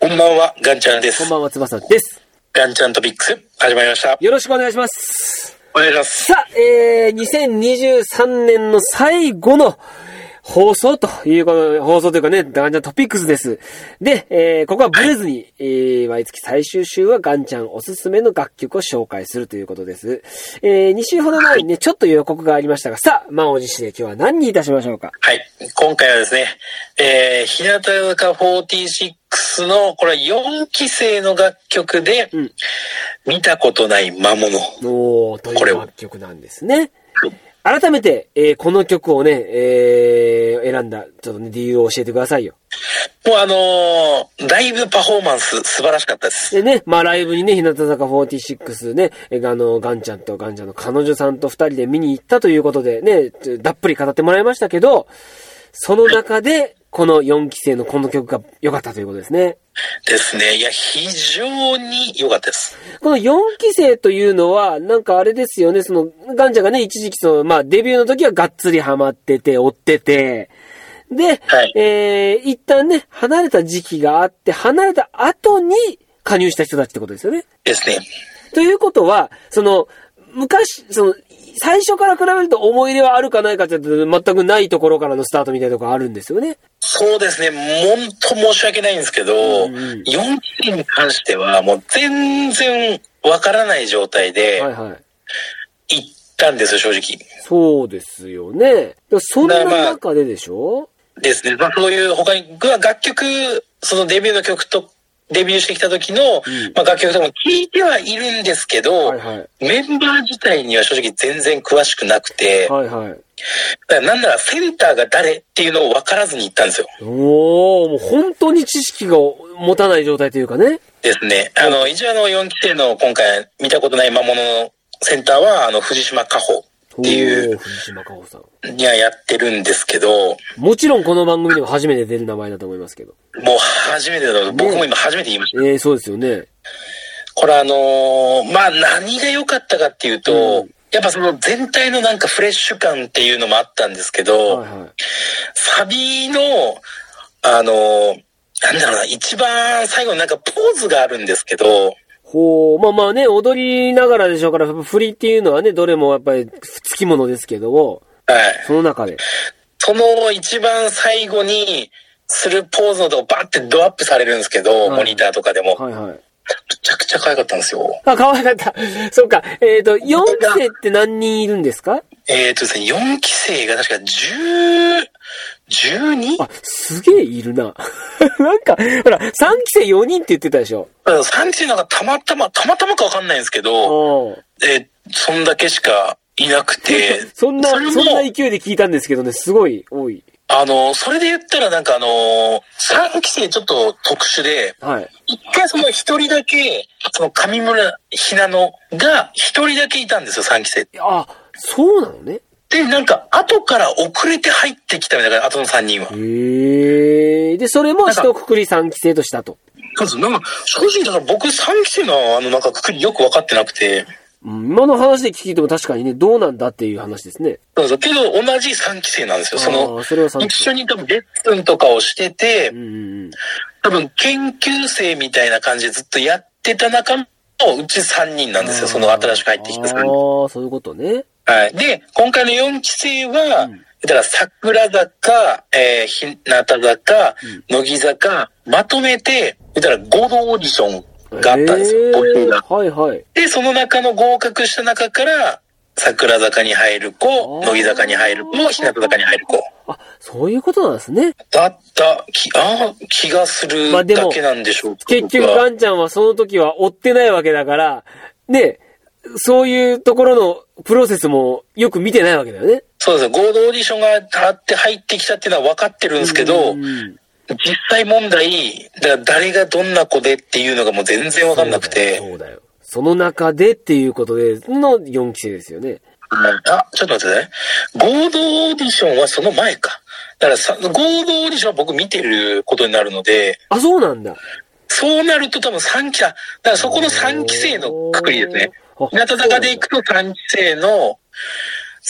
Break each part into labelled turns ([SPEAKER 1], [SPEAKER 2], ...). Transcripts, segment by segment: [SPEAKER 1] ばんは、ガンちゃんです
[SPEAKER 2] こん。ばんは、翼です。
[SPEAKER 1] ガンちゃんトピックス、始まりました。
[SPEAKER 2] よろしくお願いします。
[SPEAKER 1] お願いします。
[SPEAKER 2] さあ、えー、2023年の最後の放送ということ、放送というかね、ガンちゃんトピックスです。で、えー、ここはブレずに、えー、毎月最終週はガンちゃんおすすめの楽曲を紹介するということです。えー、2週ほど前にね、ちょっと予告がありましたが、さあ、満を持して今日は何にいたしましょうか
[SPEAKER 1] はい。今回はですね、えー、日向坂46の、これは4期生の楽曲で、
[SPEAKER 2] うん
[SPEAKER 1] 見たことない魔物。
[SPEAKER 2] おー、と
[SPEAKER 1] こ
[SPEAKER 2] い
[SPEAKER 1] れ
[SPEAKER 2] う
[SPEAKER 1] を
[SPEAKER 2] 楽曲なんですね。改めて、えー、この曲をね、えー、選んだ、ちょっとね、理由を教えてくださいよ。
[SPEAKER 1] もうあのーライブパフォーマンス素晴らしかったです。
[SPEAKER 2] でね、まあライブにね、日向坂46ね、えあの、ガンちゃんとガンちゃんの彼女さんと二人で見に行ったということでね、ちょだっぷり語ってもらいましたけど、その中で、この4期生のこの曲が良かったということですね。
[SPEAKER 1] ですね。いや、非常に良かったです。
[SPEAKER 2] この4期生というのは、なんかあれですよね、その、ガンちゃんがね、一時期その、まあ、デビューの時はがっつりハマってて、追ってて、で、
[SPEAKER 1] はい
[SPEAKER 2] えー、一旦ね、離れた時期があって、離れた後に加入した人たちってことですよね。
[SPEAKER 1] ですね。
[SPEAKER 2] ということは、その、昔、その、最初から比べると思い入れはあるかないかって言うと全くないところからのスタートみたいなところあるんですよね。
[SPEAKER 1] そうですね。もんと申し訳ないんですけど、
[SPEAKER 2] うんうん
[SPEAKER 1] 4期生に関しては、もう全然わからない状態で、
[SPEAKER 2] はいはい。
[SPEAKER 1] 行ったんですよ、正直。
[SPEAKER 2] そうですよね。でもそんな
[SPEAKER 1] だからまあ
[SPEAKER 2] 中ででしょ、
[SPEAKER 1] ですね。まあ、そういう他に、僕は楽曲、そのデビューの曲と、デビューしてきた時の、
[SPEAKER 2] ん
[SPEAKER 1] まあ、楽曲とかも聴いてはいるんですけど、
[SPEAKER 2] はいはい。
[SPEAKER 1] メンバー自体には正直全然詳しくなくて、
[SPEAKER 2] はいはい。
[SPEAKER 1] だからなんならセンターが誰っていうのを分からずに行ったんですよ。
[SPEAKER 2] おー、もう本当に知識が持たない状態というかね。
[SPEAKER 1] ですね。あの、一応あの、4期生の今回見たことない魔物のセンターは、あの、藤島加穂ってい
[SPEAKER 2] おー
[SPEAKER 1] う、
[SPEAKER 2] 藤島かほさん。
[SPEAKER 1] にはやってるんですけど、
[SPEAKER 2] もちろんこの番組でも初めて出る名前だと思いますけど。
[SPEAKER 1] もう初めてだと、僕も今初めて言いました。
[SPEAKER 2] えー、そうですよね。
[SPEAKER 1] これあのーまあ何が良かったかっていうと、
[SPEAKER 2] うん
[SPEAKER 1] やっぱその全体のなんかフレッシュ感っていうのもあったんですけど、
[SPEAKER 2] はいはい。
[SPEAKER 1] サビの、あのーなんだろうな、一番最後になんかポーズがあるんですけど、
[SPEAKER 2] ほう、まあまあね、踊りながらでしょうから、振りっていうのはね、どれもやっぱり付き物ですけども、
[SPEAKER 1] はい。
[SPEAKER 2] その中で。
[SPEAKER 1] その一番最後にするポーズのとこバーってドアップされるんですけど、
[SPEAKER 2] はい
[SPEAKER 1] モニターとかでも。め
[SPEAKER 2] はいはい。
[SPEAKER 1] ちゃくちゃ可愛かったんですよ。
[SPEAKER 2] あ、可愛かった。 そっか。えっ、と、4期生って何人いるんですか
[SPEAKER 1] えっ、とですね、4期生が確か10、12?
[SPEAKER 2] あ、すげえいるな。 なんか、ほら、3期生4人って言ってたでしょ。
[SPEAKER 1] 3期生なんかたまたま、たまたまかわかんないんですけど、
[SPEAKER 2] うん。、
[SPEAKER 1] え、そんだけしかいなくて
[SPEAKER 2] そんな、
[SPEAKER 1] そ
[SPEAKER 2] そ
[SPEAKER 1] れも
[SPEAKER 2] んな勢いで聞いたんですけどね、すごい多い。
[SPEAKER 1] あの、それで言ったらなんかあの、3期生ちょっと特殊で、
[SPEAKER 2] はい。
[SPEAKER 1] 一回その一人だけ、その上村ひなのが一人だけいたんですよ、3期生。
[SPEAKER 2] あ、そうなのね。
[SPEAKER 1] で、なんか後から遅れて入ってきたみたいな、後の3人は。
[SPEAKER 2] へえ。で、それも一括り3期生としたと。
[SPEAKER 1] そうですなんか正直だから僕3期生のあのなんかくくりよく分かってなくて、
[SPEAKER 2] うん今の話で聞いても確かにね、どうなんだっていう話ですね。
[SPEAKER 1] そうそうけど同じ3期生なんですよ。そ
[SPEAKER 2] あ
[SPEAKER 1] の
[SPEAKER 2] ー、それは3
[SPEAKER 1] 一
[SPEAKER 2] 期
[SPEAKER 1] 緒に多分レッスンとかをしてて、
[SPEAKER 2] うんうんうん。
[SPEAKER 1] 多分研究生みたいな感じでずっとやってた中のうち3人なんですよ、その新しく入ってきた
[SPEAKER 2] ああ
[SPEAKER 1] 3人。
[SPEAKER 2] ー、そういうことね。
[SPEAKER 1] はい。で、今回の4期生は、
[SPEAKER 2] ん
[SPEAKER 1] だから桜坂、えー、日向坂、乃木坂、まとめて、だから合同オーディションがあったんですよ、募集
[SPEAKER 2] え
[SPEAKER 1] が。
[SPEAKER 2] ー、はいはい。
[SPEAKER 1] で、その中の合格した中から、桜坂に入る子、
[SPEAKER 2] あー
[SPEAKER 1] 乃木坂に入る子、日向坂に入る子。
[SPEAKER 2] あ、そういうことなんですね。
[SPEAKER 1] だった気、あー気がする
[SPEAKER 2] まあで
[SPEAKER 1] だ
[SPEAKER 2] も
[SPEAKER 1] けなんでしょうか。
[SPEAKER 2] 結局、ガンちゃんはその時は追ってないわけだから、ね、そういうところのプロセスもよく見てないわけだよね。
[SPEAKER 1] そうです合同オーディションがあって入ってきたっていうのは分かってるんですけど、
[SPEAKER 2] うん
[SPEAKER 1] 実際問題、だから誰がどんな子でっていうのがもう全然分かんなくて、
[SPEAKER 2] そうだよ。その中でっていうことで、の4期生ですよね。
[SPEAKER 1] あ、ちょっと待ってくださいね。合同オーディションはその前か。だからさ合同オーディションは僕見てることになるので、
[SPEAKER 2] あ、そうなんだ。
[SPEAKER 1] そうなると多分3期だ。だからそこの3期生のくくりですね。
[SPEAKER 2] おー。
[SPEAKER 1] 日向坂で行くと3期生の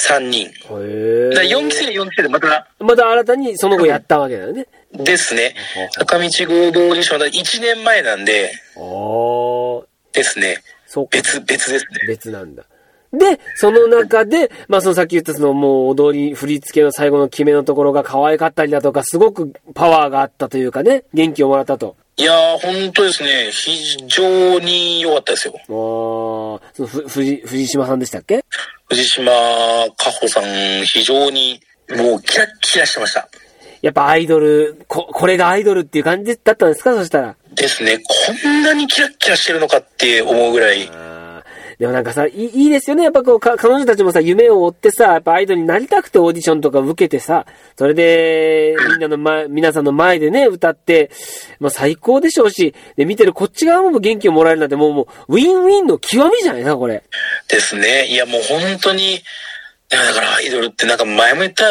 [SPEAKER 1] 3人。
[SPEAKER 2] く。へ
[SPEAKER 1] だから4期
[SPEAKER 2] 生。
[SPEAKER 1] 生、4期生でまた
[SPEAKER 2] また新たにその後やったわけだよね。
[SPEAKER 1] ですね。坂道合同オーディションだ、1年前なんで、
[SPEAKER 2] あー、
[SPEAKER 1] ですね。
[SPEAKER 2] そっか。
[SPEAKER 1] 別、別ですね。
[SPEAKER 2] 別なんだ。で、その中で、まあ、そのさっき言ったそのもう踊り、振り付けの最後の決めのところが可愛かったりだとか、すごくパワーがあったというかね、元気をもらったと。
[SPEAKER 1] いやー、本当ですね。非常に良かったですよ。
[SPEAKER 2] あー、そのふ、藤、藤島さんでしたっけ
[SPEAKER 1] 藤島かほさん、非常に、もうキラッキラしてました。
[SPEAKER 2] やっぱアイドル、こ、これがアイドルっていう感じだったんですかそしたら。
[SPEAKER 1] ですね。こんなにキラッキラしてるのかって思うぐらい。
[SPEAKER 2] あーでもなんかさ、いいいいですよね。やっぱこう、か彼女たちもさ、夢を追ってさ、やっぱアイドルになりたくてオーディションとか受けてさ、それで、みんなの前、皆さんの前でね、歌って、まあ最高でしょうし、で、見てるこっち側も元気をもらえるなんて、もうもう、ウィンウィンの極みじゃないですか、これ。
[SPEAKER 1] ですね。いや、もう本当に、いや、だからアイドルってなんか前も言った、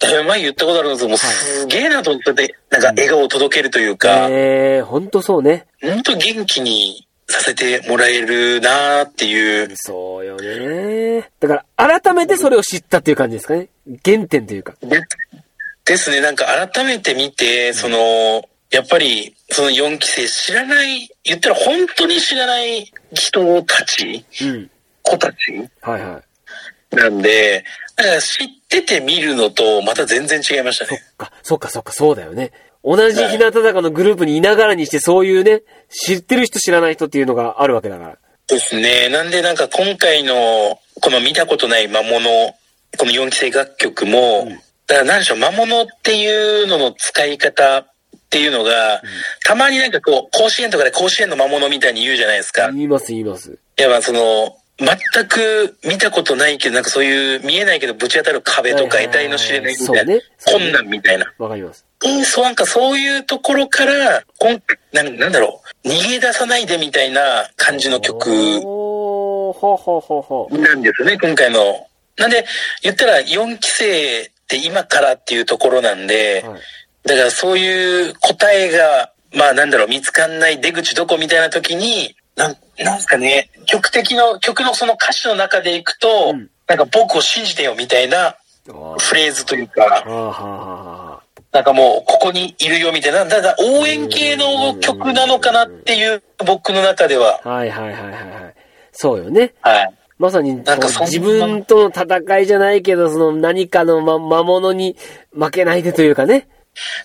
[SPEAKER 1] だいぶ前に言ったことあるんですけど、もうすげえなと思ってて、なんか笑顔を届けるというか、
[SPEAKER 2] えー、ほんとそうね。
[SPEAKER 1] 本当元気にさせてもらえるなーっていう、
[SPEAKER 2] そうよね。だから、改めてそれを知ったっていう感じですかね。原点というか。
[SPEAKER 1] で ですね。なんか改めて見て、その、やっぱり、その4期生知らない、言ったら本当に知らない人たち、
[SPEAKER 2] うん。
[SPEAKER 1] 子たち
[SPEAKER 2] はいはい。
[SPEAKER 1] なんで、だから知ってて見るのとまた全然違いました
[SPEAKER 2] そっ
[SPEAKER 1] ね。
[SPEAKER 2] か、そっか、そっか、そうだよね。同じ日向坂のグループにいながらにして、そういうね、知ってる人知らない人っていうのがあるわけだから。
[SPEAKER 1] ですね。なんでなんか今回の、この見たことない魔物、この4期生楽曲も、だから何でしょう、魔物っていうのの使い方っていうのが、たまになんかこう、甲子園とかで甲子園の魔物みたいに言うじゃないですか。
[SPEAKER 2] 言います、言います。
[SPEAKER 1] やっぱその、全く見たことないけど、なんかそういう見えないけどぶち当たる壁とか
[SPEAKER 2] は
[SPEAKER 1] 得
[SPEAKER 2] いはいはい
[SPEAKER 1] 体の知れないみたいな、
[SPEAKER 2] そうねそうね
[SPEAKER 1] 困難みたいな。
[SPEAKER 2] わかります。
[SPEAKER 1] うんそう、なんかそういうところから、こんなんなんだろう、逃げ出さないでみたいな感じの曲
[SPEAKER 2] おー、ほうほうほうほう。
[SPEAKER 1] なんですね、今回の。なんで、言ったら4期生って今からっていうところなんで、
[SPEAKER 2] はい
[SPEAKER 1] だからそういう答えが、まあなんだろう、見つかんない出口どこみたいな時に、なんなんすかね、曲的の、曲のその歌詞の中でいくと、
[SPEAKER 2] うん
[SPEAKER 1] なんか僕を信じてよみたいな
[SPEAKER 2] あー
[SPEAKER 1] フレーズというか
[SPEAKER 2] あー、はーはーは
[SPEAKER 1] なんかもうここにいるよみたいな、だから応援系の曲なのかなっていう僕の中では
[SPEAKER 2] ー、はいはいはいはいはい。そうよね。
[SPEAKER 1] はい。
[SPEAKER 2] まさに、
[SPEAKER 1] なんか
[SPEAKER 2] その
[SPEAKER 1] そ
[SPEAKER 2] 自
[SPEAKER 1] んな
[SPEAKER 2] 分との戦いじゃないけど、その何かのま魔物に負けないでというかね。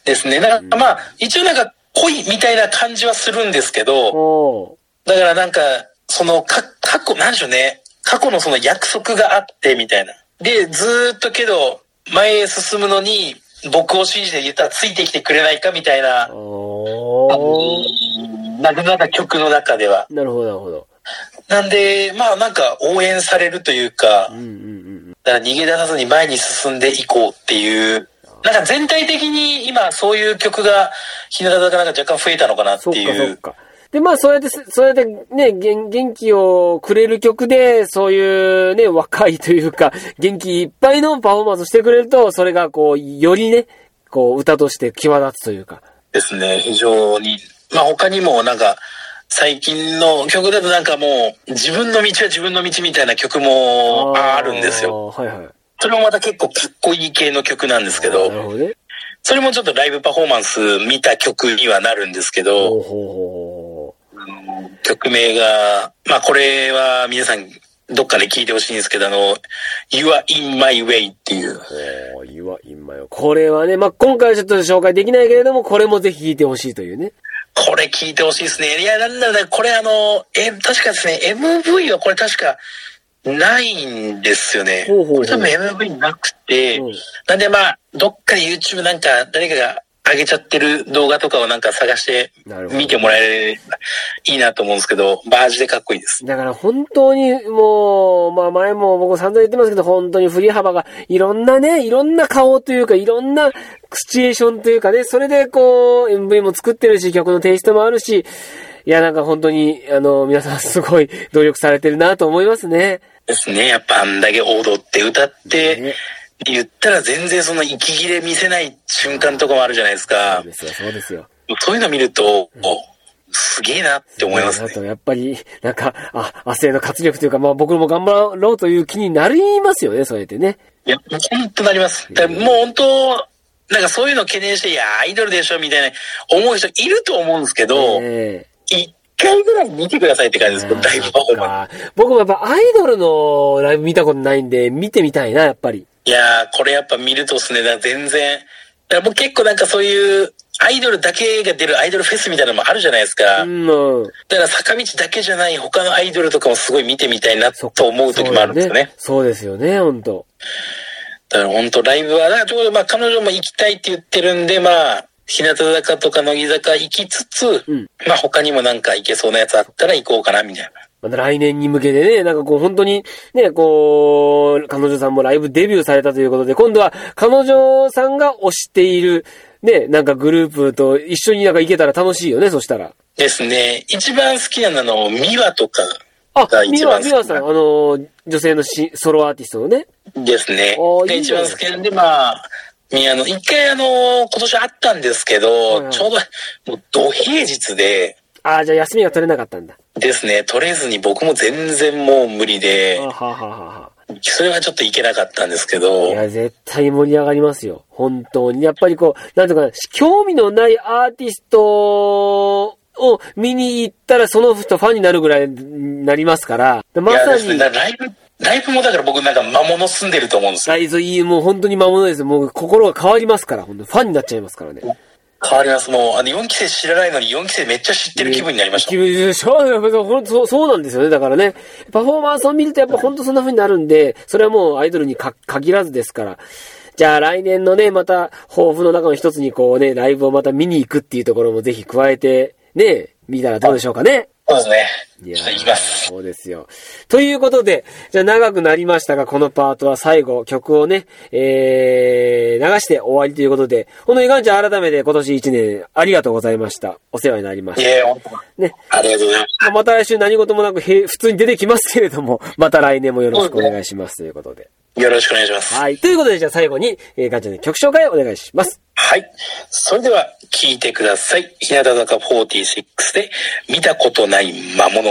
[SPEAKER 1] ですね。だからまあ、一応なんか恋みたいな感じはするんですけど、
[SPEAKER 2] おー。
[SPEAKER 1] だからなんか、そのか、過去、なんでしょうね。過去のその約束があって、みたいな。で、ずーっとけど、前へ進むのに、僕を信じて言ったらついてきてくれないか、みたいな、
[SPEAKER 2] おー。
[SPEAKER 1] なかなか曲の中では。
[SPEAKER 2] なるほど、なるほど。
[SPEAKER 1] なんで、まあなんか応援されるというか
[SPEAKER 2] うん、うんうん
[SPEAKER 1] だから逃げ出さずに前に進んでいこうっていう、なんか全体的に今そういう曲が、日向坂なんか若干増えたのかなって
[SPEAKER 2] そっか
[SPEAKER 1] い
[SPEAKER 2] そっ
[SPEAKER 1] う。
[SPEAKER 2] か。で、まあ、そうやってす、そうやってね、元元気をくれる曲で、そういうね、若いというか、元気いっぱいのパフォーマンスをしてくれると、それがこう、よりね、こう、歌として際立つというか。
[SPEAKER 1] ですね、非常に。まあ他にもなんか、最近の曲だとなんかもう、自分の道は自分の道みたいな曲もああるんですよ。
[SPEAKER 2] よ。はいはい。
[SPEAKER 1] それもまた結構かっこいい系の曲なんですけ
[SPEAKER 2] なる
[SPEAKER 1] ど、
[SPEAKER 2] ほどね。
[SPEAKER 1] それもちょっとライブパフォーマンス見た曲にはなるんですけど、
[SPEAKER 2] ほうほうほ
[SPEAKER 1] 曲名が、まあこれは皆さんどっかで聞いてほしいんですけど、あの、You are in my way っていう。
[SPEAKER 2] うほう。ほう、いわ、今よ。これはね、まあ、今回はちょっと紹介できないけれども、これもぜひ聴いてほしいというね。
[SPEAKER 1] これ聞いてほしいですね。いや、なんだろうな、これあの、え、確かですね、MV はこれ確かないんですよね。
[SPEAKER 2] ほうほうほう
[SPEAKER 1] これ多分 MV なくて、
[SPEAKER 2] うん
[SPEAKER 1] なんでまあ、どっかで YouTube なんか誰かが上げちゃってる動画とかをなんか探して
[SPEAKER 2] なるほど
[SPEAKER 1] 見てもらえればいいなと思うんですけど、マジでかっこいいです。
[SPEAKER 2] だから本当にもう、まあ前も僕散々言ってますけど、本当に振り幅がいろんなね、いろんな顔というか、いろんなシチュエーションというかね、それでこう、MV も作ってるし、曲のテイストもあるし、いやなんか本当に、あの、皆さんすごい努力されてるなと思いますね。
[SPEAKER 1] ですね。やっぱあんだけ踊って歌って、
[SPEAKER 2] ね
[SPEAKER 1] 言ったら全然その息切れ見せない瞬間とかもあるじゃないです
[SPEAKER 2] そ
[SPEAKER 1] か
[SPEAKER 2] う。ですよ、そうですよ。
[SPEAKER 1] そういうの見ると、おすげえなって思います
[SPEAKER 2] あ
[SPEAKER 1] ね。
[SPEAKER 2] と、やっぱり、なんか、あ、明日への活力というか、まあ僕も頑張ろうという気になりますよね、それでね。
[SPEAKER 1] いや、もう本当なります。だからもう本当、なんかそういうの懸念して、いや、アイドルでしょみたいな思う人いると思うんですけど、
[SPEAKER 2] え
[SPEAKER 1] 一回ぐらい見てくださいって感じです、
[SPEAKER 2] え
[SPEAKER 1] このライブパフォーマン
[SPEAKER 2] あー 僕もやっぱアイドルのライブ見たことないんで、見てみたいな、やっぱり。
[SPEAKER 1] ス。いやー、これやっぱ見るとですね、だから全然、だから僕結構なんかそういう、アイドルだけが出るアイドルフェスみたいなのもあるじゃないですか。
[SPEAKER 2] うん。うん
[SPEAKER 1] だから坂道だけじゃない他のアイドルとかもすごい見てみたいなと思う時もあるんですよね。
[SPEAKER 2] そうですよね、本当
[SPEAKER 1] だから本当ライブは、だからちょうどまあ彼女も行きたいって言ってるんで、まあ、日向坂とか乃木坂行きつつ、
[SPEAKER 2] うん
[SPEAKER 1] まあ他にもなんか行けそうなやつあったら行こうかな、みたいな。
[SPEAKER 2] また来年に向けてね、なんかこう本当にね、こう、彼女さんもライブデビューされたということで、今度は彼女さんが推している、ね、なんかグループと一緒になんか行けたら楽しいよね、そしたら。
[SPEAKER 1] ですね。一番好きなのは、ミワとか
[SPEAKER 2] あ
[SPEAKER 1] が、
[SPEAKER 2] ミ
[SPEAKER 1] 一
[SPEAKER 2] ワ、
[SPEAKER 1] 番
[SPEAKER 2] ミワ
[SPEAKER 1] 好き
[SPEAKER 2] さん、あの、女性のしソロアーティストのね。
[SPEAKER 1] ですね
[SPEAKER 2] あ。ー
[SPEAKER 1] が
[SPEAKER 2] いいじ
[SPEAKER 1] 一
[SPEAKER 2] ゃない
[SPEAKER 1] 番好きなんで、まあ、宮の、一回あの、今年あったんですけ
[SPEAKER 2] いは
[SPEAKER 1] ど、
[SPEAKER 2] い
[SPEAKER 1] ちょうど、もう、土平日で、
[SPEAKER 2] ああ、じゃあ休みが取れなかったんだ。
[SPEAKER 1] ですね、取れずに僕も全然もう無理
[SPEAKER 2] あ
[SPEAKER 1] で
[SPEAKER 2] は、ははは。
[SPEAKER 1] それはちょっといけなかったんですけ
[SPEAKER 2] い
[SPEAKER 1] ど、
[SPEAKER 2] や、絶対盛り上がりますよ。本当に。やっぱりこう、なんとかな、興味のないアーティストを見に行ったら、その人ファンになるぐらいになりますから。でま
[SPEAKER 1] いや
[SPEAKER 2] さ
[SPEAKER 1] ですね、
[SPEAKER 2] に、
[SPEAKER 1] だからライブ、ライブもだから僕なんか魔物住んでると思うんですよ。
[SPEAKER 2] 大豆いい、もう本当に魔物です。もう心が変わりますから、本当にファンになっちゃいますからね。
[SPEAKER 1] 変わります。もう、あの、4期生知らないのに4期生めっちゃ知ってる気分になりました
[SPEAKER 2] 気。分でしょやっぱほんとそうそうなんですよね。だからね。パフォーマンスを見るとやっぱ本当そんな風になるんで、それはもうアイドルにか限らずですから。じゃあ来年のね、また抱負の中の一つにこうね、ライブをまた見に行くっていうところもぜひ加えて、ね、見たらどうでしょうかね。
[SPEAKER 1] そうですね。
[SPEAKER 2] い
[SPEAKER 1] ちょっと行きます。
[SPEAKER 2] そうですよ。ということで、じゃあ長くなりましたが、このパートは最後、曲をね、えー、流して終わりということで、ほんのいかんちゃん改めて今年一年ありがとうございました。お世話になりま
[SPEAKER 1] い
[SPEAKER 2] し
[SPEAKER 1] え、本当
[SPEAKER 2] た。ね。
[SPEAKER 1] ありがとうございます。
[SPEAKER 2] まあまた来週何事もなくへ普通に出てきますけれども、 また来年もよろしくお願いしますということで。
[SPEAKER 1] よろしくお願いします。
[SPEAKER 2] はい。ということで、じゃあ最後に、えー、ガンちゃんの曲紹介をお願いします。
[SPEAKER 1] はい。それでは、聞いてください。日向坂46で、見たことない魔物。